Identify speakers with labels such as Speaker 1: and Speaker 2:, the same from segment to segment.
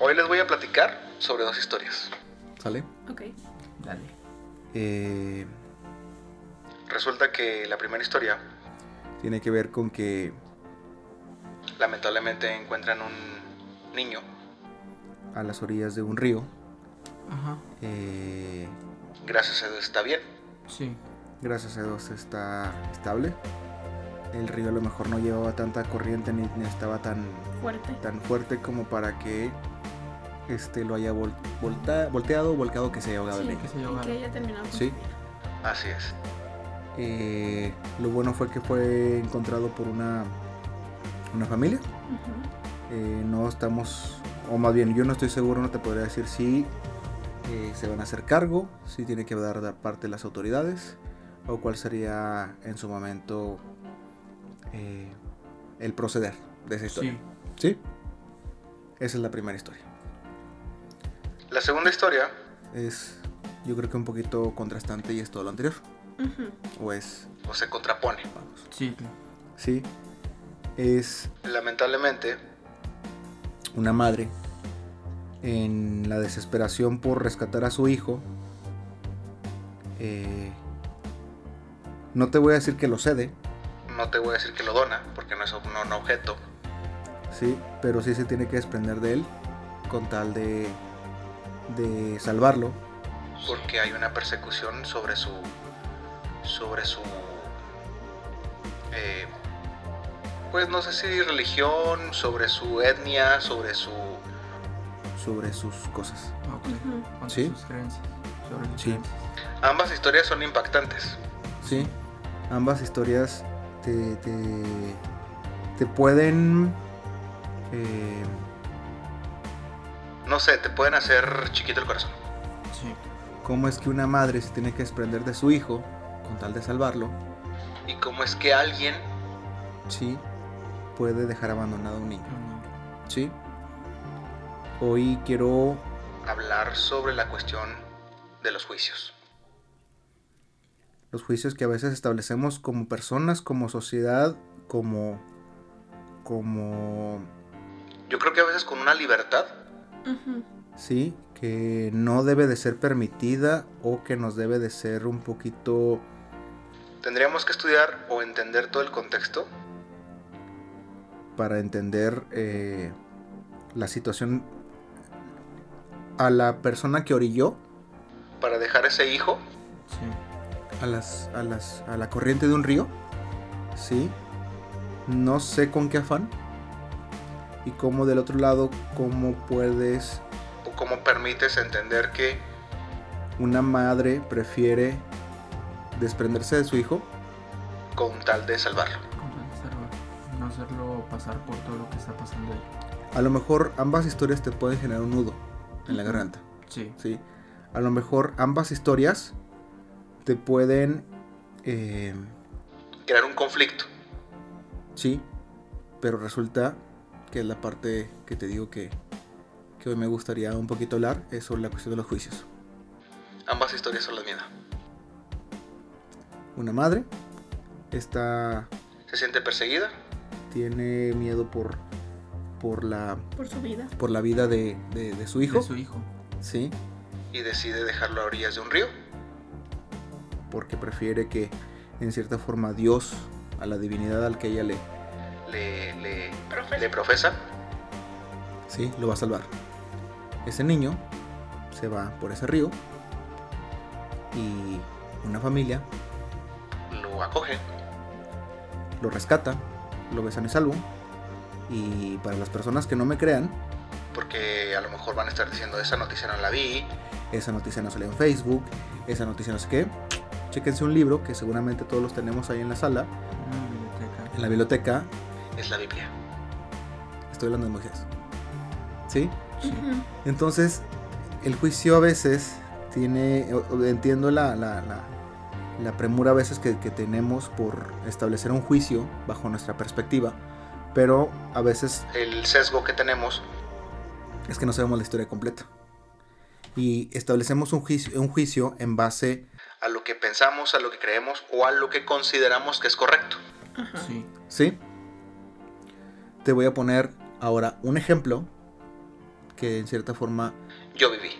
Speaker 1: Hoy les voy a platicar sobre dos historias.
Speaker 2: ¿Sale?
Speaker 3: Ok.
Speaker 4: Dale.
Speaker 2: Eh,
Speaker 1: Resulta que la primera historia,
Speaker 2: tiene que ver con que
Speaker 1: lamentablemente encuentran un niño
Speaker 2: a las orillas de un río,
Speaker 4: Ajá.
Speaker 2: eh,
Speaker 1: gracias a Dios está bien.
Speaker 4: Sí.
Speaker 2: gracias a Dios está estable. El río a lo mejor no llevaba tanta corriente ni, ni estaba tan,
Speaker 3: Fuerte.
Speaker 2: tan fuerte como para que este lo haya vol- volta- volteado o volcado que se haya ahogado
Speaker 3: Sí,
Speaker 2: el niño.
Speaker 4: que se
Speaker 3: y
Speaker 4: ahogaron.
Speaker 3: que ella terminó con
Speaker 2: Sí.
Speaker 3: su vida.
Speaker 1: Así es.
Speaker 2: Eh, lo bueno fue que fue encontrado por una, una familia.
Speaker 3: Ujú.
Speaker 2: Eh, no estamos, o más bien, yo no estoy seguro, no te podría decir si eh, se van a hacer cargo, si tiene que dar dar parte las autoridades, o cuál sería en su momento eh, el proceder de esa historia.
Speaker 4: Sí.
Speaker 2: Sí. Esa es la primera historia.
Speaker 1: La segunda historia,
Speaker 2: Es, yo creo que un poquito contrastante y es todo lo anterior,
Speaker 3: Ujú.
Speaker 2: o es,
Speaker 1: o se contrapone.
Speaker 2: vamos,
Speaker 4: Sí, claro.
Speaker 2: sí, es
Speaker 1: Lamentablemente,
Speaker 2: una madre en la desesperación por rescatar a su hijo. eh, no te voy a decir que lo cede,
Speaker 1: no te voy a decir que lo dona, porque no es un, un objeto.
Speaker 2: sí, pero sí se tiene que desprender de él con tal de, de salvarlo.
Speaker 1: porque hay una persecución sobre su sobre su eh, pues no sé si religión sobre su etnia sobre su
Speaker 2: Sobre sus cosas.
Speaker 4: Ah, ok.
Speaker 3: Ujú.
Speaker 4: Con
Speaker 2: Sí.
Speaker 4: sus creencias. Sobre sus
Speaker 2: Sí.
Speaker 4: creencias.
Speaker 1: ambas historias son impactantes
Speaker 2: Sí. Ambas historias te, te, te pueden... eh,
Speaker 1: no sé te pueden hacer chiquito el corazón
Speaker 4: Sí.
Speaker 2: ¿Cómo es que una madre se tiene que desprender de su hijo con tal de salvarlo?
Speaker 1: y cómo es que alguien
Speaker 2: sí puede dejar abandonado a un niño.
Speaker 4: Pero
Speaker 2: Sí. Hoy quiero
Speaker 1: hablar sobre la cuestión de los juicios
Speaker 2: los juicios que a veces establecemos como personas, como sociedad, como como
Speaker 1: yo creo que a veces con una libertad
Speaker 3: Ujú.
Speaker 2: sí que no debe de ser permitida o que nos debe de ser un poquito
Speaker 1: tendríamos que estudiar o entender todo el contexto
Speaker 2: para entender eh, la situación a la persona que orilló
Speaker 1: para dejar ese hijo
Speaker 4: no. Sí.
Speaker 2: a las, a las a la corriente de un río. Sí. No sé con qué afán. Y cómo del otro lado, cómo puedes
Speaker 1: o cómo permites entender que
Speaker 2: una madre prefiere desprenderse de su hijo.
Speaker 1: con tal de salvarlo
Speaker 4: Con tal de salvar. No hacerlo pasar por todo lo que está pasando ahí.
Speaker 2: A lo mejor ambas historias te pueden generar un nudo en la garganta.
Speaker 4: Sí.
Speaker 2: Sí. A lo mejor ambas historias te pueden eh,
Speaker 1: crear un conflicto
Speaker 2: Sí, pero resulta que es la parte que te digo que, que hoy me gustaría un poquito hablar, es sobre la cuestión de los juicios.
Speaker 1: Ambas historias son las mías.
Speaker 2: Una madre está,
Speaker 1: Se siente perseguida,
Speaker 2: tiene miedo por, por, la,
Speaker 3: Por su vida.
Speaker 2: por la vida de, de- de su hijo,
Speaker 4: De su hijo.
Speaker 2: sí,
Speaker 1: y decide dejarlo a orillas de un río.
Speaker 2: porque prefiere que en cierta forma Dios, a la divinidad al que ella le,
Speaker 1: Le, le, le profesa.
Speaker 2: sí, lo va a salvar. Ese niño se va por ese río y una familia
Speaker 1: lo acoge.
Speaker 2: lo rescata, lo besan y salvo. Y para las personas que no me crean,
Speaker 1: Porque a lo mejor van a estar diciendo, esa noticia no la vi.
Speaker 2: esa noticia no sale en Facebook, esa noticia no sé qué. Chéquense un libro que seguramente todos los tenemos ahí en la sala,
Speaker 4: Una biblioteca.
Speaker 2: en la biblioteca.
Speaker 1: Es la Biblia.
Speaker 2: Estoy hablando de Moisés. ¿Sí?
Speaker 4: Sí.
Speaker 3: Ujú.
Speaker 2: Entonces, el juicio a veces tiene. o- o Entiendo la, la, la- la premura a veces que, que tenemos por establecer un juicio bajo nuestra perspectiva, pero a veces
Speaker 1: El sesgo que tenemos
Speaker 2: es que no sabemos la historia completa. Y establecemos un juicio, un juicio en base,
Speaker 1: a lo que pensamos, a lo que creemos o a lo que consideramos que es correcto.
Speaker 3: Ajá.
Speaker 4: Sí.
Speaker 2: ¿sí? Te voy a poner ahora un ejemplo que en cierta forma
Speaker 1: Yo viví.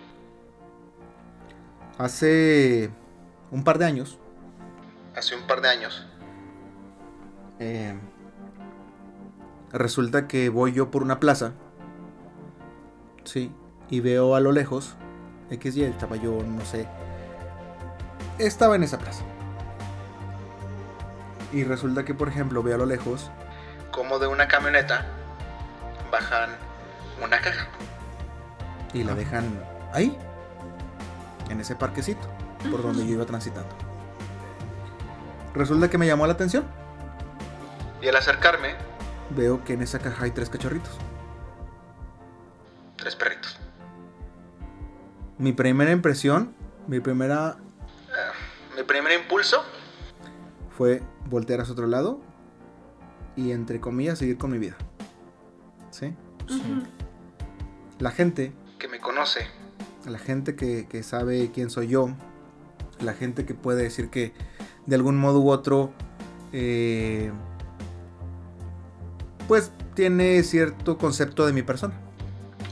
Speaker 2: hace un par de años
Speaker 1: Hace un par de años.
Speaker 2: eh, resulta que voy yo por una plaza, sí, y veo a lo lejos XY, estaba yo, no sé, estaba en esa plaza. Y resulta que, por ejemplo, veo a lo lejos
Speaker 1: Como de una camioneta bajan una caja.
Speaker 2: y la dejan ahí, en ese parquecito, por donde yo iba transitando. Resulta que me llamó la atención.
Speaker 1: Y al acercarme,
Speaker 2: Veo que en esa caja hay tres cachorritos.
Speaker 1: tres perritos.
Speaker 2: Mi primera impresión, mi primera
Speaker 1: Ah, mi primer impulso,
Speaker 2: fue voltear hacia otro lado y entre comillas seguir con mi vida. ¿Sí?
Speaker 3: ujú,
Speaker 2: La gente,
Speaker 1: que me conoce,
Speaker 2: la gente que, que sabe quién soy yo, la gente que puede decir que de algún modo u otro, eh, pues tiene cierto concepto de mi persona.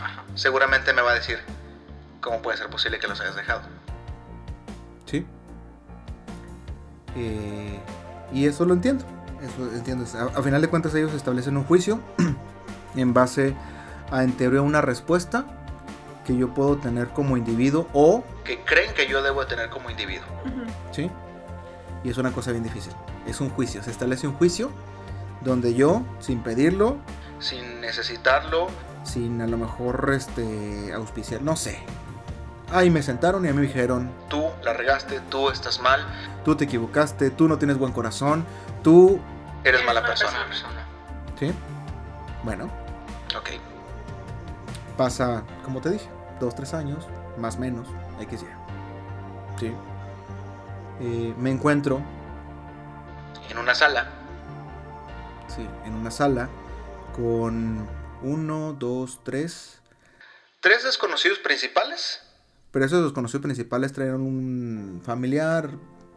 Speaker 1: ajá, seguramente me va a decir cómo puede ser posible que los hayas dejado.
Speaker 2: Sí. Eh, y eso lo entiendo. Eso entiendo. A, a final de cuentas ellos establecen un juicio en base a en teoría una respuesta que yo puedo tener como individuo o
Speaker 1: Que creen que yo debo de tener como individuo.
Speaker 3: ujú.
Speaker 2: sí. Y es una cosa bien difícil. Es un juicio. Se establece un juicio donde yo, sin pedirlo,
Speaker 1: Sin necesitarlo,
Speaker 2: sin a lo mejor este auspiciar, no sé. Ahí me sentaron y a mí me dijeron,
Speaker 1: tú la regaste, tú estás mal,
Speaker 2: tú te equivocaste, tú no tienes buen corazón, tú
Speaker 1: eres
Speaker 3: Eres
Speaker 1: mala
Speaker 3: mala
Speaker 1: persona.
Speaker 2: ¿Sí? Bueno,
Speaker 1: Ok.
Speaker 2: pasa, como te dije, dos, tres años, más menos, XY. ¿Sí? Eh, me encuentro,
Speaker 1: En una sala,
Speaker 2: sí, en una sala con uno, dos, tres...
Speaker 1: tres desconocidos principales,
Speaker 2: Pero esos desconocidos principales trajeron un familiar,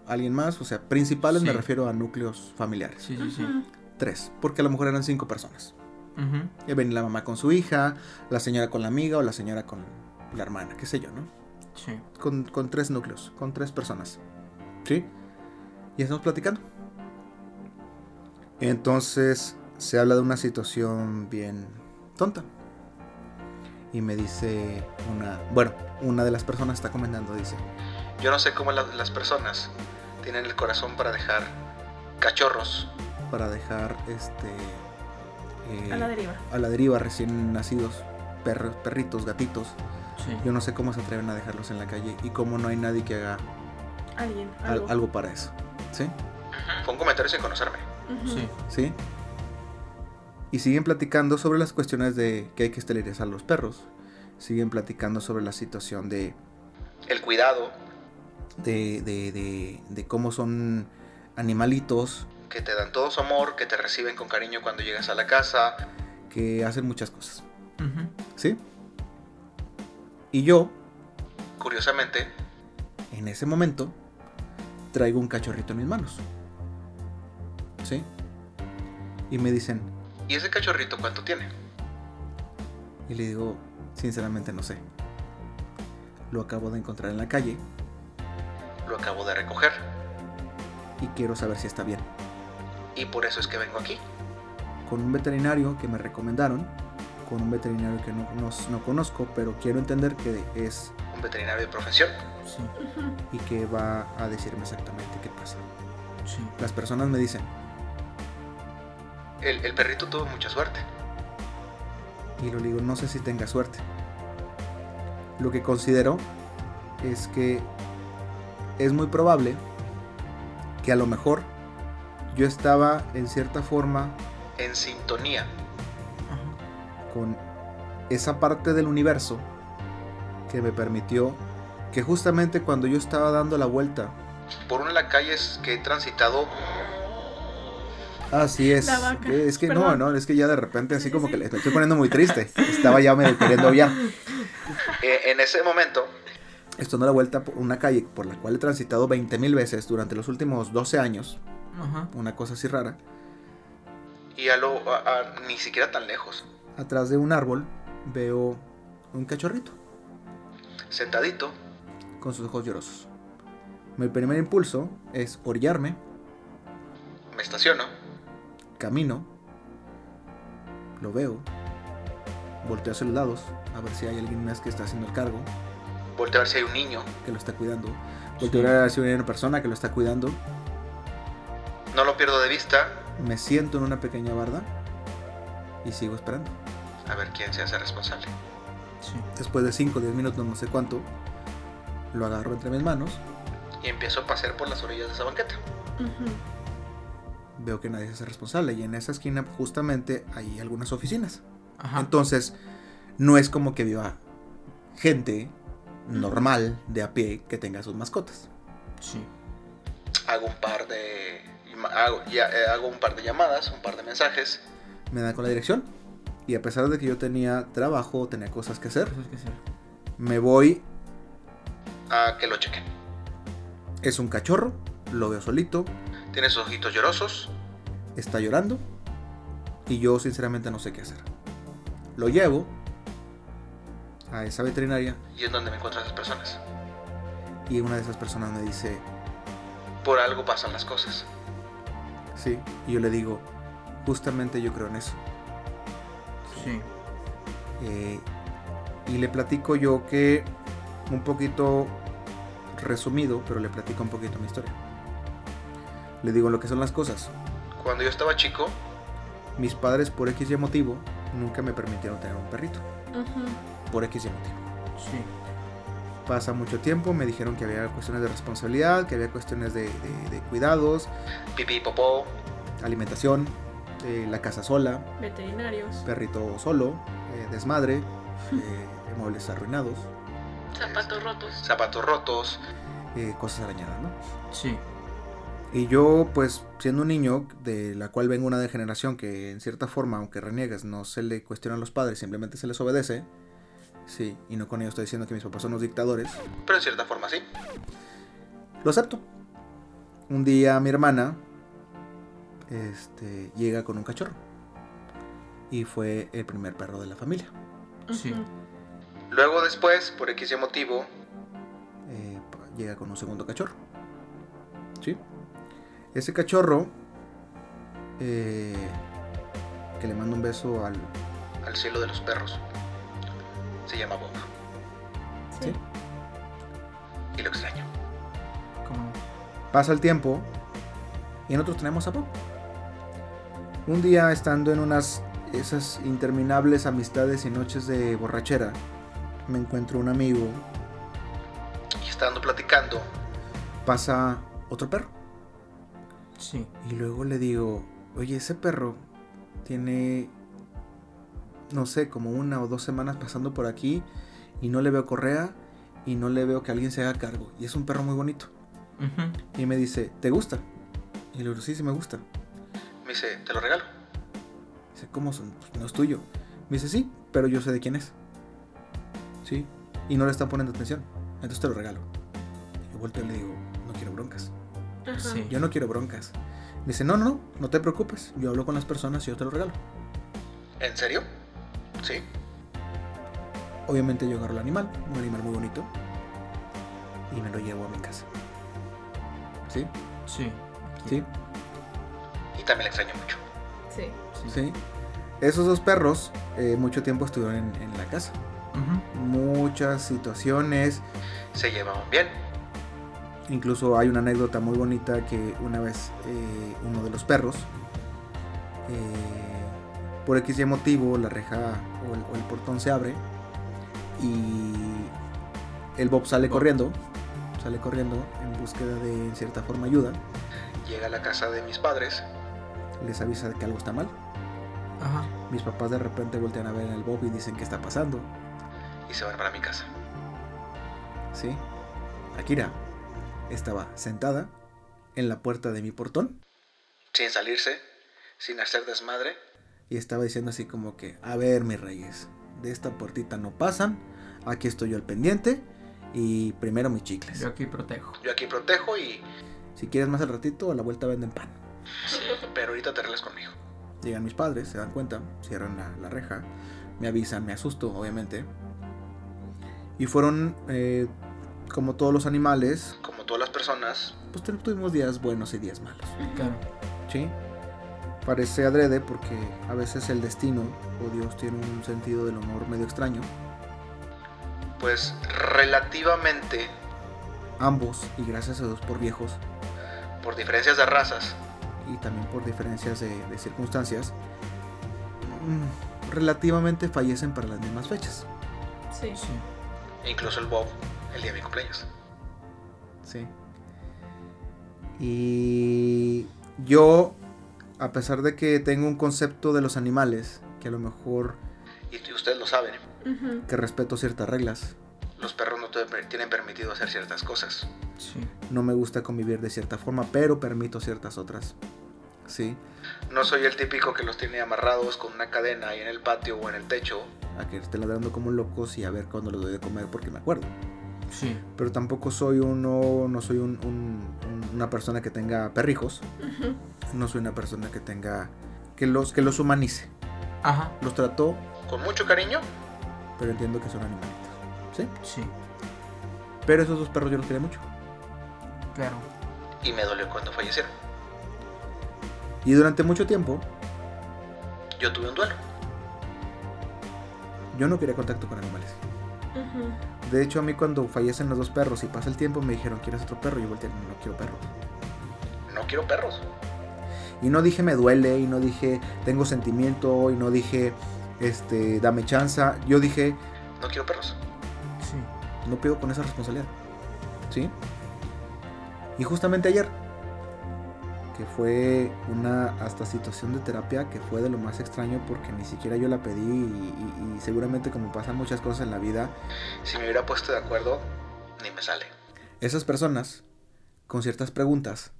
Speaker 2: alguien más, o sea, principales me
Speaker 4: Sí.
Speaker 2: refiero a núcleos familiares.
Speaker 4: Sí, sí, sí.
Speaker 3: Ujú.
Speaker 2: Tres, porque a lo mejor eran cinco personas.
Speaker 4: Ujú.
Speaker 2: Ya ven la mamá con su hija, la señora con la amiga o la señora con la hermana, qué sé yo, ¿no?
Speaker 4: Sí.
Speaker 2: con, con tres núcleos, con tres personas. ¿Sí? Y estamos platicando. Entonces se habla de una situación bien tonta. Y me dice una... Bueno, una de las personas está comentando, dice.
Speaker 1: yo no sé cómo la- las personas tienen el corazón para dejar cachorros
Speaker 2: Para dejar este... eh,
Speaker 3: A la deriva.
Speaker 2: a la deriva recién nacidos. Perros, perritos, gatitos.
Speaker 4: Sí.
Speaker 2: Yo no sé cómo se atreven a dejarlos en la calle y cómo no hay nadie que haga
Speaker 3: Alguien.
Speaker 2: al-
Speaker 3: Algo.
Speaker 2: algo para eso. ¿Sí?
Speaker 1: Fue un comentario sin conocerme.
Speaker 3: Ujú.
Speaker 4: Sí.
Speaker 2: ¿sí? Y siguen platicando sobre las cuestiones de que hay que esterilizar los perros. Siguen platicando sobre la situación de,
Speaker 1: El cuidado
Speaker 2: de, de- de- de cómo son animalitos
Speaker 1: que te dan todo su amor, que te reciben con cariño cuando llegas a la casa.
Speaker 2: que hacen muchas cosas,
Speaker 4: Ujú.
Speaker 2: ¿sí? Y yo,
Speaker 1: Curiosamente,
Speaker 2: en ese momento, traigo un cachorrito en mis manos, ¿sí? Y me dicen,
Speaker 1: ¿y ese cachorrito cuánto tiene?
Speaker 2: y le digo, sinceramente no sé. Lo acabo de encontrar en la calle
Speaker 1: Lo acabo de recoger
Speaker 2: y quiero saber si está bien.
Speaker 1: y por eso es que vengo aquí.
Speaker 2: con un veterinario que me recomendaron, con un veterinario que no, no- no conozco, pero quiero entender que es
Speaker 1: Un veterinario de profesión.
Speaker 4: Sí.
Speaker 3: Ujú.
Speaker 2: y que va a decirme exactamente qué pasa.
Speaker 4: Sí.
Speaker 2: Las personas me dicen,
Speaker 1: El, el perrito tuvo mucha suerte.
Speaker 2: y lo digo, no sé si tenga suerte. Lo que considero es que es muy probable que a lo mejor yo estaba en cierta forma
Speaker 1: En sintonía.
Speaker 4: Ajá.
Speaker 2: con esa parte del universo que me permitió que justamente cuando yo estaba dando la vuelta
Speaker 1: Por una de las calles que he transitado,
Speaker 2: Así es.
Speaker 3: La vaca.
Speaker 2: Es que
Speaker 3: Perdón.
Speaker 2: no, no, es que ya de repente así
Speaker 3: Sí, sí,
Speaker 2: como
Speaker 3: sí.
Speaker 2: que le me estoy poniendo muy triste. Estaba ya medio queriendo obviar.
Speaker 1: eh, en ese momento,
Speaker 2: Esto no la vuelta por una calle por la cual he transitado 20 mil veces durante los últimos 12 años.
Speaker 4: Ajá.
Speaker 2: Una cosa así rara.
Speaker 1: y a lo. a- a- ni siquiera tan lejos.
Speaker 2: Atrás de un árbol veo un cachorrito
Speaker 1: Sentadito,
Speaker 2: con sus ojos llorosos. Mi primer impulso es orillarme,
Speaker 1: me estaciono,
Speaker 2: camino, lo veo, volteo hacia los lados a ver si hay alguien más que está haciendo el cargo,
Speaker 1: volteo a ver si hay un niño.
Speaker 2: que lo está cuidando, volteo a ver si hay una persona que lo está cuidando,
Speaker 1: No lo pierdo de vista.
Speaker 2: me siento en una pequeña barda y sigo esperando.
Speaker 1: A ver quién se hace responsable.
Speaker 4: Sí.
Speaker 2: Después de 5 o 10 minutos, no sé cuánto, lo agarro entre mis manos,
Speaker 1: Y empiezo a pasear por las orillas de esa banqueta.
Speaker 3: ujú,
Speaker 2: veo que nadie se hace responsable y en esa esquina justamente hay algunas oficinas.
Speaker 4: Ajá.
Speaker 2: Entonces, no es como que viva gente normal de a pie que tenga sus mascotas.
Speaker 4: sí.
Speaker 1: Hago un par de. Hago, ya, eh, hago un par de llamadas, un par de mensajes.
Speaker 2: Me dan con la dirección y a pesar de que yo tenía trabajo, tenía cosas que hacer,
Speaker 4: Eso es que hacer.
Speaker 2: me voy,
Speaker 1: A que lo chequen.
Speaker 2: es un cachorro, lo veo solito,
Speaker 1: Tiene sus ojitos llorosos.
Speaker 2: está llorando y yo sinceramente no sé qué hacer. Lo llevo a esa veterinaria
Speaker 1: Y es donde me encuentro a esas personas.
Speaker 2: y una de esas personas me dice,
Speaker 1: Por algo pasan las cosas.
Speaker 2: sí, y yo le digo, justamente yo creo en eso.
Speaker 4: Sí.
Speaker 2: Eh, y le platico yo que un poquito resumido, pero le platico un poquito mi historia. Le digo lo que son las cosas.
Speaker 1: Cuando yo estaba chico,
Speaker 2: Mis padres por X y motivo nunca me permitieron tener un perrito.
Speaker 3: ujú,
Speaker 2: Por X y motivo.
Speaker 4: Sí.
Speaker 2: Pasa mucho tiempo, me dijeron que había cuestiones de responsabilidad, que había cuestiones de, de- de cuidados,
Speaker 1: pipí, popó,
Speaker 2: alimentación, eh, la casa sola,
Speaker 3: Veterinarios.
Speaker 2: perrito solo, eh, desmadre, eh, muebles arruinados,
Speaker 1: Zapatos
Speaker 3: rotos.
Speaker 1: zapatos rotos,
Speaker 2: eh, cosas arañadas, ¿no?
Speaker 4: Sí.
Speaker 2: Y yo, pues, siendo un niño, de la cual vengo una de generación que en cierta forma, aunque reniegues, no se le cuestiona a los padres, simplemente se les obedece. Sí, y no con ello estoy diciendo que mis papás son los dictadores.
Speaker 1: pero en cierta forma sí.
Speaker 2: Lo acepto. Un día mi hermana este, llega con un cachorro. Y fue el primer perro de la familia.
Speaker 4: Sí.
Speaker 1: Luego después, por X y motivo,
Speaker 2: eh, llega con un segundo cachorro. ¿Sí? Ese cachorro, eh, que le mando un beso al,
Speaker 1: al cielo de los perros, se llama Bob.
Speaker 3: Sí.
Speaker 2: Sí.
Speaker 1: Y lo extraño.
Speaker 4: Como.
Speaker 2: Pasa el tiempo y nosotros tenemos a Bob. Un día estando en unas esas interminables amistades y noches de borrachera, me encuentro un amigo,
Speaker 1: Y estando platicando,
Speaker 2: pasa otro perro
Speaker 4: Sí.
Speaker 2: y luego le digo, "Oye, ese perro tiene no sé, como una o dos semanas pasando por aquí y no le veo correa y no le veo que alguien se haga cargo y es un perro muy bonito."
Speaker 4: Ujú.
Speaker 2: Y me dice, "¿Te gusta?" Y le digo, "Sí, sí me gusta."
Speaker 1: me dice, te lo regalo.
Speaker 2: Dice, ¿cómo son? Pues no es tuyo. Me dice, sí, pero yo sé de quién es. Sí. Y no le están poniendo atención. Entonces te lo regalo. Yo volteo y le digo, no quiero broncas.
Speaker 3: Ajá.
Speaker 4: Sí.
Speaker 2: Yo no quiero broncas. Me dice, no, no, no, no te preocupes. Yo hablo con las personas y yo te lo regalo.
Speaker 1: ¿En serio? Sí.
Speaker 2: Obviamente yo agarro el animal, un animal muy bonito. Y me lo llevo a mi casa. ¿Sí?
Speaker 4: Sí.
Speaker 2: ¿Sí?
Speaker 1: Y también lo extraño mucho.
Speaker 3: Sí.
Speaker 4: Sí.
Speaker 2: ¿Sí? Esos dos perros eh, mucho tiempo estuvieron en- en la casa.
Speaker 4: Ujú.
Speaker 2: Muchas situaciones,
Speaker 1: Se llevaban bien.
Speaker 2: Incluso hay una anécdota muy bonita que una vez eh, uno de los perros, eh, por X y motivo, la reja o el, o el portón se abre y el Bob sale
Speaker 4: Bob.
Speaker 2: corriendo, sale corriendo en búsqueda de, en cierta forma, ayuda.
Speaker 1: Llega a la casa de mis padres.
Speaker 2: Les avisa de que algo está mal.
Speaker 4: Ajá.
Speaker 2: Mis papás de repente voltean a ver al Bob y dicen qué está pasando.
Speaker 1: y se van para mi casa.
Speaker 2: ¿Sí? Akira estaba sentada en la puerta de mi portón
Speaker 1: Sin salirse, sin hacer desmadre,
Speaker 2: y estaba diciendo así como que, a ver mis reyes, de esta puertita no pasan, aquí estoy yo al pendiente y primero mis chicles.
Speaker 4: Yo aquí protejo.
Speaker 1: yo aquí protejo y...
Speaker 2: Si quieres más al ratito, a la vuelta venden pan.
Speaker 1: Pero ahorita te arreglas conmigo.
Speaker 2: Llegan mis padres, se dan cuenta, cierran la, la reja, me avisan, me asusto, obviamente. Y fueron, eh, como todos los animales,
Speaker 1: Como todas las personas,
Speaker 2: pues tu- tuvimos días buenos y días malos.
Speaker 4: Claro.
Speaker 2: ¿sí? Parece adrede porque a veces el destino o Dios tiene un sentido del humor medio extraño.
Speaker 1: pues relativamente,
Speaker 2: Ambos, y gracias a Dios por viejos
Speaker 1: por diferencias de razas,
Speaker 2: y también por diferencias de, de circunstancias, mm, relativamente fallecen para las mismas fechas.
Speaker 3: Sí.
Speaker 4: Sí.
Speaker 1: e incluso el Bob, el día de mi cumpleaños.
Speaker 2: Sí. Y yo, a pesar de que tengo un concepto de los animales, que a lo mejor
Speaker 1: Y, y ustedes lo saben,
Speaker 3: Ujú.
Speaker 2: que respeto ciertas reglas,
Speaker 1: los perros no te per- tienen permitido hacer ciertas cosas.
Speaker 4: Sí.
Speaker 2: no me gusta convivir de cierta forma, pero permito ciertas otras. Sí,
Speaker 1: No soy el típico que los tiene amarrados con una cadena ahí en el patio o en el techo.
Speaker 2: a que esté ladrando como locos y a ver cuándo les doy de comer porque me acuerdo.
Speaker 4: Sí.
Speaker 2: Pero tampoco soy uno, no soy un- un- un- una persona que tenga perrijos,
Speaker 3: Ujú.
Speaker 2: no soy una persona que tenga, que los, que los humanice.
Speaker 4: Ajá.
Speaker 2: Los trató,
Speaker 1: Con mucho cariño,
Speaker 2: pero entiendo que son animalitos. ¿Sí?
Speaker 4: Sí.
Speaker 2: Pero esos dos perros yo los quería mucho.
Speaker 4: Claro.
Speaker 1: y me dolió cuando fallecieron.
Speaker 2: Y durante mucho tiempo
Speaker 1: Yo tuve un duelo.
Speaker 2: yo no quería contacto con animales.
Speaker 3: Ujú.
Speaker 2: De hecho, a mí cuando fallecen los dos perros y pasa el tiempo me dijeron, ¿quieres otro perro? Y yo volteé, no quiero perro.
Speaker 1: No quiero perros.
Speaker 2: Y no dije me duele, y no dije tengo sentimiento, y no dije este dame chanza. Yo dije,
Speaker 1: No quiero perros.
Speaker 4: Sí.
Speaker 2: no pido con esa responsabilidad. ¿Sí? Y justamente ayer, que fue una hasta situación de terapia que fue de lo más extraño porque ni siquiera yo la pedí y, y- y seguramente como pasan muchas cosas en la vida,
Speaker 1: Si me hubiera puesto de acuerdo, ni me sale.
Speaker 2: esas personas, con ciertas preguntas,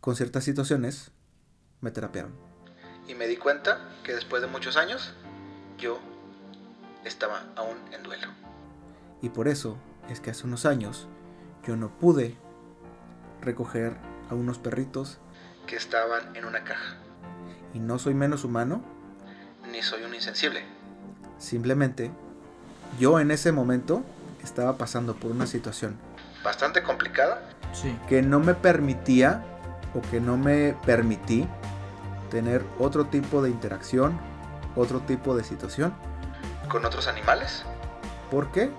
Speaker 2: con ciertas situaciones, me terapearon.
Speaker 1: Y me di cuenta que después de muchos años, yo estaba aún en duelo.
Speaker 2: Y por eso es que hace unos años yo no pude recoger a unos perritos
Speaker 1: Que estaban en una caja.
Speaker 2: y no soy menos humano,
Speaker 1: Ni soy un insensible.
Speaker 2: simplemente yo en ese momento estaba pasando por una situación
Speaker 1: Bastante complicada.
Speaker 4: Sí.
Speaker 2: que no me permitía o que no me permití tener otro tipo de interacción, otro tipo de situación.
Speaker 1: Con otros animales.
Speaker 2: ¿Por qué?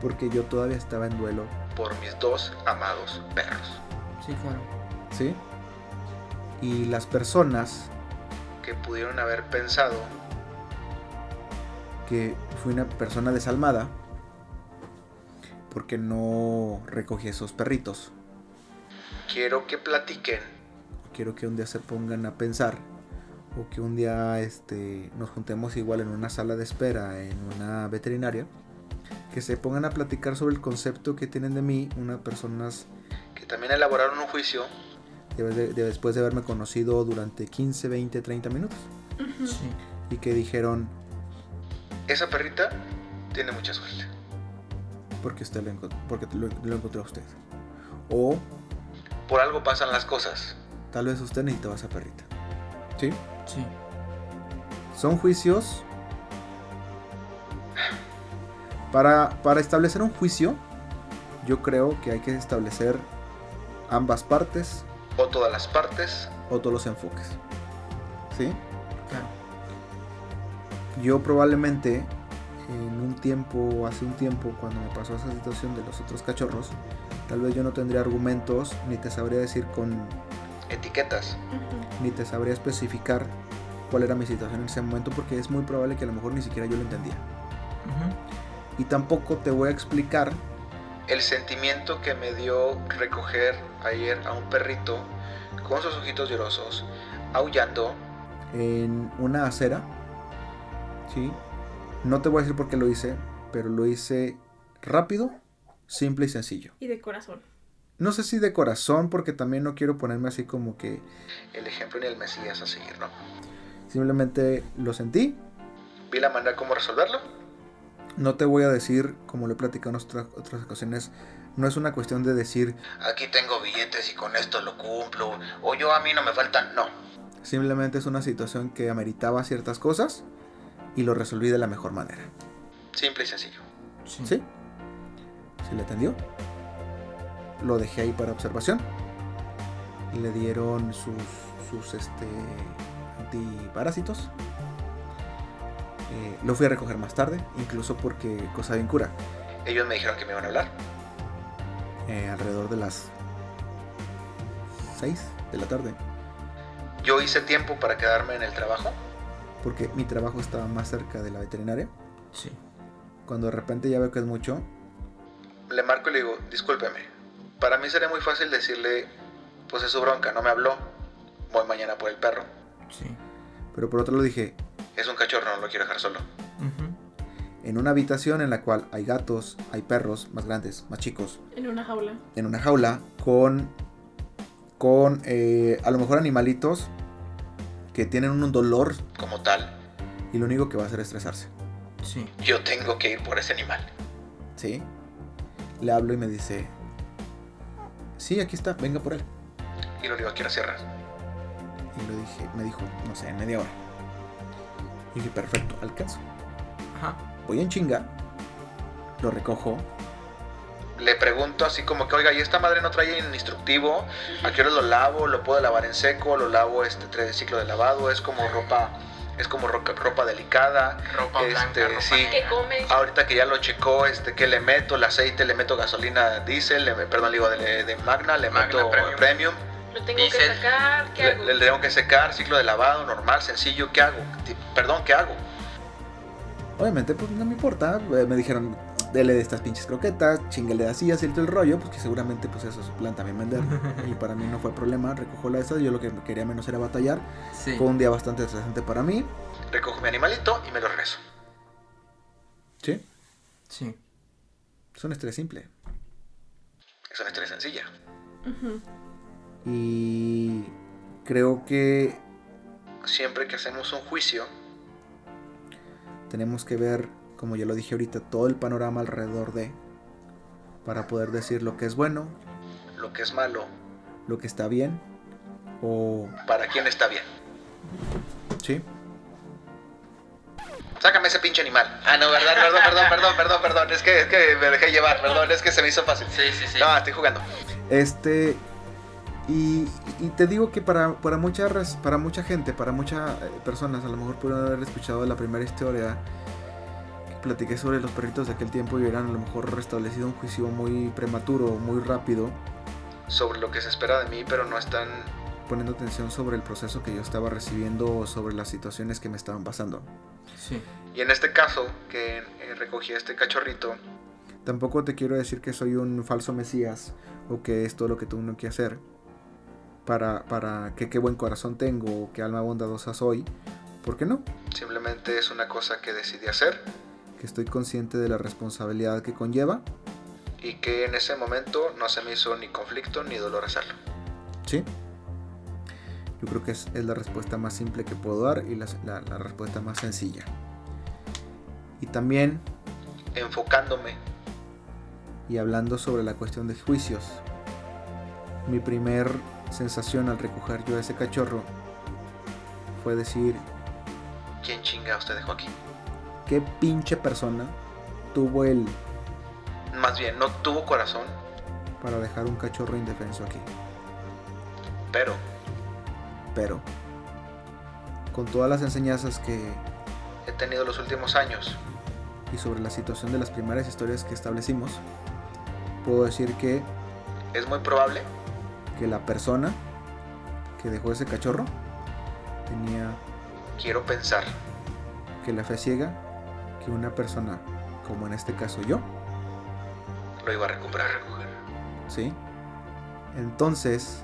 Speaker 2: Porque yo todavía estaba en duelo,
Speaker 1: Por mis dos amados perros.
Speaker 4: Sí, claro.
Speaker 2: ¿sí? Y las personas
Speaker 1: Que pudieron haber pensado
Speaker 2: que fui una persona desalmada porque no recogí esos perritos.
Speaker 1: quiero que platiquen
Speaker 2: Quiero que un día se pongan a pensar o que un día este, nos juntemos igual en una sala de espera, en una veterinaria, que se pongan a platicar sobre el concepto que tienen de mí unas personas
Speaker 1: que también elaboraron un juicio
Speaker 2: de- de- de- después de haberme conocido durante 15, 20, 30 minutos
Speaker 3: Ujú.
Speaker 4: Sí.
Speaker 2: y que dijeron
Speaker 1: esa perrita tiene mucha suerte
Speaker 2: porque usted lo, encont- porque lo, lo encontró a usted o
Speaker 1: por algo pasan las cosas
Speaker 2: tal vez usted necesitaba esa perrita. ¿Sí?
Speaker 4: Sí.
Speaker 2: son juicios para, para establecer un juicio yo creo que hay que establecer ambas partes
Speaker 1: o todas las partes
Speaker 2: o todos los enfoques ¿sí?
Speaker 4: Claro.
Speaker 2: yo probablemente en un tiempo hace un tiempo cuando me pasó esa situación de los otros cachorros tal vez yo no tendría argumentos ni te sabría decir con
Speaker 1: etiquetas
Speaker 3: Ujú.
Speaker 2: ni te sabría especificar cuál era mi situación en ese momento porque es muy probable que a lo mejor ni siquiera yo lo entendía
Speaker 4: Ujú.
Speaker 2: y tampoco te voy a explicar
Speaker 1: el sentimiento que me dio recoger ayer a un perrito con sus ojitos llorosos aullando
Speaker 2: en una acera. ¿sí? No te voy a decir por qué lo hice, pero lo hice rápido, simple y sencillo.
Speaker 3: Y de corazón.
Speaker 2: No sé si de corazón, porque también no quiero ponerme así como que
Speaker 1: el ejemplo ni el mesías a seguir no
Speaker 2: simplemente lo sentí.
Speaker 1: vi la manera como resolverlo
Speaker 2: No te voy a decir, como lo he platicado en otras, otras ocasiones, no es una cuestión de decir,
Speaker 1: aquí tengo billetes y con esto lo cumplo o yo a mí no me faltan no
Speaker 2: simplemente es una situación que ameritaba ciertas cosas y lo resolví de la mejor manera.
Speaker 1: simple y sencillo
Speaker 4: Sí.
Speaker 2: ¿Sí? se le atendió. Lo dejé ahí para observación. Le dieron sus, sus este, antiparásitos. Eh, lo fui a recoger más tarde, incluso porque cosa bien cura.
Speaker 1: Ellos me dijeron que me iban a hablar.
Speaker 2: eh, alrededor de las 6 de la tarde.
Speaker 1: Yo hice tiempo para quedarme en el trabajo.
Speaker 2: Porque mi trabajo estaba más cerca de la veterinaria.
Speaker 4: Sí.
Speaker 2: Cuando de repente ya veo que es mucho,
Speaker 1: Le marco y le digo, discúlpeme. Para mí sería muy fácil decirle, pues es su bronca, no me habló. Voy mañana por el perro.
Speaker 4: Sí.
Speaker 2: pero por otro lo dije,
Speaker 1: Es un cachorro, no lo quiero dejar solo.
Speaker 4: Ujú.
Speaker 2: en una habitación en la cual hay gatos, hay perros más grandes, más chicos,
Speaker 3: En una jaula.
Speaker 2: en una jaula con con eh, a lo mejor animalitos que tienen un dolor
Speaker 1: Como tal,
Speaker 2: y lo único que va a hacer es estresarse.
Speaker 4: Sí.
Speaker 1: yo tengo que ir por ese animal.
Speaker 2: ¿Sí? Le hablo y me dice, sí, aquí está, venga por él.
Speaker 1: Y lo digo, quiero cerrar.
Speaker 2: Y lo dije, me dijo, no sé, en media hora. Y dije, perfecto, alcanzo.
Speaker 4: Ajá.
Speaker 2: Voy en chinga, lo recojo,
Speaker 1: Le pregunto así como que, oiga, ¿y esta madre no trae instructivo? ¿A qué hora lo lavo? ¿Lo puedo lavar en seco? ¿Lo lavo este tres ciclo de lavado? ¿Es como ropa, es como roca- ropa delicada?
Speaker 4: Ropa
Speaker 1: Este, sí.
Speaker 5: ¿Qué comes?
Speaker 1: Ahorita que ya lo checó, este, ¿qué le meto? ¿El aceite? ¿Le meto gasolina diésel? Le- Perdón, le digo, de, de Magna, le
Speaker 4: Magna
Speaker 1: meto
Speaker 4: Premium.
Speaker 1: Premium.
Speaker 5: ¿Lo tengo que
Speaker 4: Diésel.
Speaker 5: sacar? ¿Qué
Speaker 1: Le,
Speaker 5: hago?
Speaker 1: le tengo que secar, ciclo de lavado, normal, sencillo, ¿qué hago? Ti- Perdón, ¿qué hago?
Speaker 2: Obviamente, pues no me importa. eh, Me dijeron, dele de estas pinches croquetas, chingale así, así todo el rollo. Pues que seguramente, pues eso es su plan también vender. Y para mí no fue problema, recojo la de esas. Yo lo que quería menos era batallar.
Speaker 4: Sí.
Speaker 2: Fue un día bastante estresante para mí.
Speaker 1: Recojo mi animalito y me lo regreso.
Speaker 2: Sí.
Speaker 4: Sí.
Speaker 2: Es un estrés simple.
Speaker 1: Es una historia sencilla.
Speaker 3: Ujú.
Speaker 2: Y creo que
Speaker 1: Siempre que hacemos un juicio,
Speaker 2: tenemos que ver, como ya lo dije ahorita, todo el panorama alrededor de. Para poder decir lo que es bueno,
Speaker 1: lo que es malo,
Speaker 2: lo que está bien. O.
Speaker 1: para quién está bien.
Speaker 2: Sí.
Speaker 1: Sácame ese pinche animal. Ah, no, ¿verdad? Perdón, perdón, perdón, perdón, perdón. Es que, es que me dejé llevar, perdón, es que se me hizo fácil.
Speaker 4: Sí, sí, sí.
Speaker 1: No, estoy jugando.
Speaker 2: Este. Y, y te digo que para, para, mucha, raz- para mucha gente, para muchas eh, personas, a lo mejor pudieron haber escuchado la primera historia que platiqué sobre los perritos de aquel tiempo y hubieran a lo mejor restablecido un juicio muy prematuro, muy rápido,
Speaker 1: Sobre lo que se espera de mí, pero no están.
Speaker 2: poniendo atención sobre el proceso que yo estaba recibiendo o sobre las situaciones que me estaban pasando.
Speaker 4: Sí.
Speaker 1: Y en este caso, que eh, recogí a este cachorrito,
Speaker 2: Tampoco te quiero decir que soy un falso mesías o que es todo lo que tú no quieres hacer. Para, para que qué buen corazón tengo o qué alma bondadosa soy. ¿Por qué no?
Speaker 1: simplemente es una cosa que decidí hacer
Speaker 2: que estoy consciente de la responsabilidad que conlleva.
Speaker 1: y que en ese momento no se me hizo ni conflicto ni dolor hacerlo.
Speaker 2: Sí. Yo creo que es, es la respuesta más simple que puedo dar y la, la- la respuesta más sencilla. Y también,
Speaker 1: Enfocándome,
Speaker 2: y hablando sobre la cuestión de juicios, mi primer sensación al recoger yo a ese cachorro fue decir,
Speaker 1: ¿quién chinga usted dejó aquí?
Speaker 2: ¿qué pinche persona tuvo él
Speaker 1: Más bien, no tuvo corazón,
Speaker 2: para dejar un cachorro indefenso aquí?
Speaker 1: pero
Speaker 2: Pero, con todas las enseñanzas que
Speaker 1: he tenido los últimos años
Speaker 2: y sobre la situación de las primeras historias que establecimos, puedo decir que,
Speaker 1: es muy probable
Speaker 2: que la persona que dejó ese cachorro tenía
Speaker 1: quiero pensar
Speaker 2: que la fe ciega que una persona, como en este caso yo,
Speaker 1: lo iba a recuperar.
Speaker 2: ¿sí? Entonces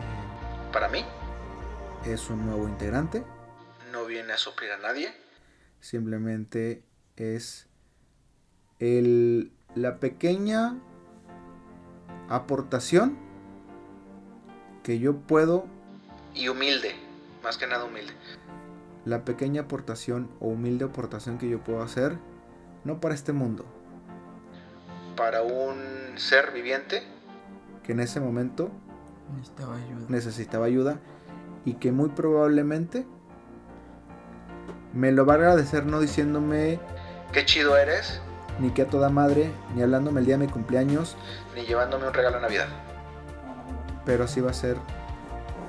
Speaker 2: eh,
Speaker 1: Para mí,
Speaker 2: es un nuevo integrante,
Speaker 1: no viene a suplir a nadie,
Speaker 2: simplemente es el, la pequeña aportación que yo puedo
Speaker 1: y humilde, más que nada humilde.
Speaker 2: la pequeña aportación o humilde aportación que yo puedo hacer, no para este mundo,
Speaker 1: Para un ser viviente,
Speaker 2: que en ese momento
Speaker 4: Necesitaba ayuda.
Speaker 2: necesitaba ayuda y que muy probablemente me lo va a agradecer no diciéndome
Speaker 1: qué chido eres,
Speaker 2: ni que a toda madre, ni hablándome el día de mi cumpleaños,
Speaker 1: ni llevándome un regalo a Navidad.
Speaker 2: pero así va a ser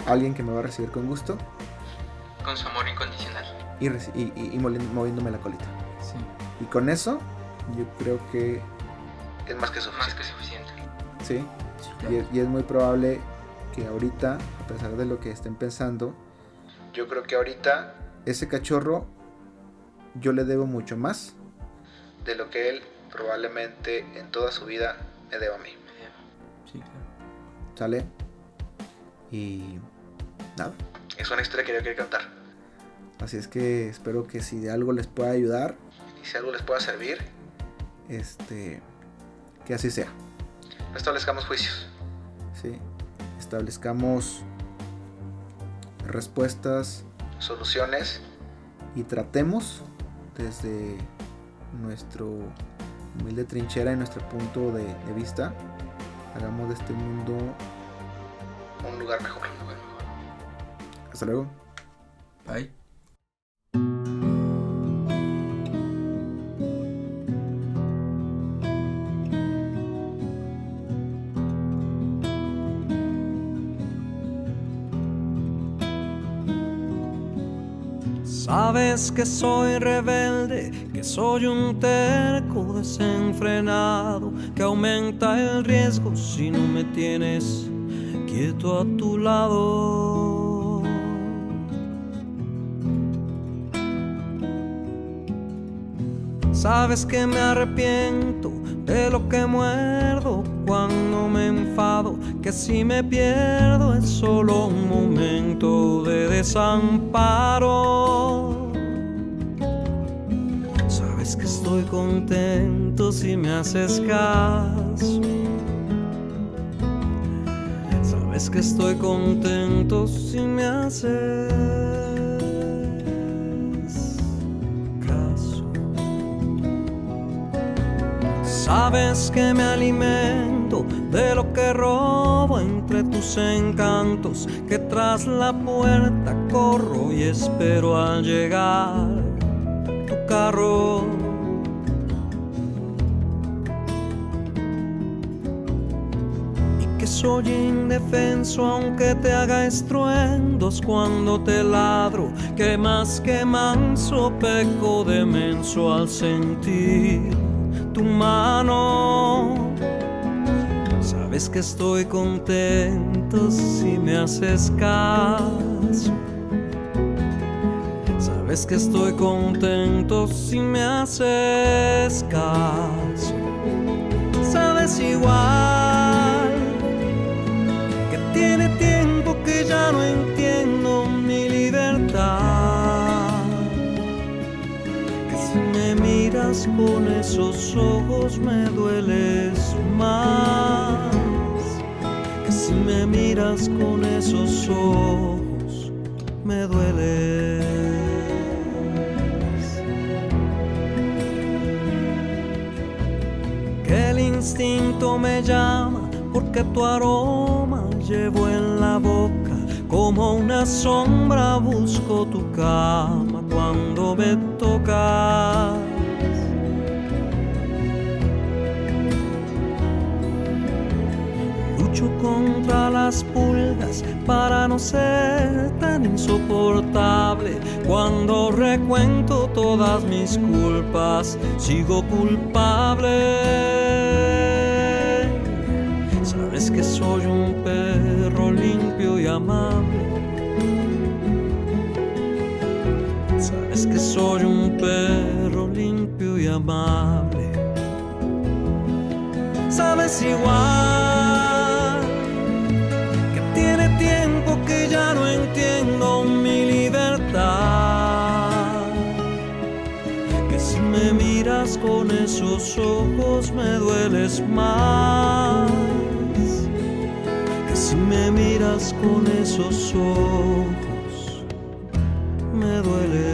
Speaker 2: alguien que me va a recibir con gusto
Speaker 5: Con su amor incondicional.
Speaker 2: y, reci- y- y- y moli- moviéndome la colita.
Speaker 4: Sí.
Speaker 2: Y con eso, yo creo que
Speaker 1: Es más que
Speaker 5: Más
Speaker 1: suficiente.
Speaker 5: que suficiente.
Speaker 2: sí.
Speaker 4: sí,
Speaker 2: Y
Speaker 4: claro.
Speaker 2: es, y es muy probable que ahorita, a pesar de lo que estén pensando,
Speaker 1: Yo creo que ahorita,
Speaker 2: ese cachorro yo le debo mucho más
Speaker 1: de lo que él probablemente en toda su vida me deba a mí.
Speaker 4: Sí, claro.
Speaker 2: ¿Sale? Y nada.
Speaker 1: Es una historia que yo quiero contar.
Speaker 2: Así es que espero que si de algo les pueda ayudar,
Speaker 1: Y si algo les pueda servir,
Speaker 2: este, que así sea.
Speaker 1: no pues establezcamos juicios.
Speaker 2: ¿sí? Establezcamos respuestas
Speaker 1: Soluciones
Speaker 2: y tratemos desde nuestro humilde trinchera y nuestro punto de, de vista. Hagamos de este mundo.
Speaker 1: un lugar mejor.
Speaker 2: Hasta luego.
Speaker 4: Bye.
Speaker 6: Sabes que soy rebelde, que soy un terco desenfrenado, que aumenta el riesgo si no me tienes quieto a tu lado. Sabes que me arrepiento de lo que muerdo cuando me enfado, que si me pierdo es solo un momento de desamparo. Sabes que estoy contento si me haces caso. Sabes que estoy contento si me haces caso. Sabes que me alimento de lo que robo entre tus encantos, que tras la puerta corro y espero al llegar tu carro. Y que soy indefenso aunque te haga estruendos cuando te ladro, que más que manso peco de menso al sentir tu mano. Sabes que estoy contento si me haces caso. Sabes que estoy contento si me haces caso. Sabes igual que tiene tiempo que ya no entiendo mi libertad. Que si me miras con esos ojos me dueles más. Que si me miras con esos ojos me dueles. que el instinto me llama, porque tu aroma llevo en la boca. Como una sombra busco tu cama cuando me tocas. Lucho contra las pulgas para no ser tan insoportable. Cuando recuento todas mis culpas, sigo culpable. Sabes que soy un perro limpio y amable. Sabes que soy un perro limpio y amable sabes igual que tiene tiempo que ya no entiendo mi libertad que si me miras con esos ojos me dueles más que si me miras con esos ojos me dueles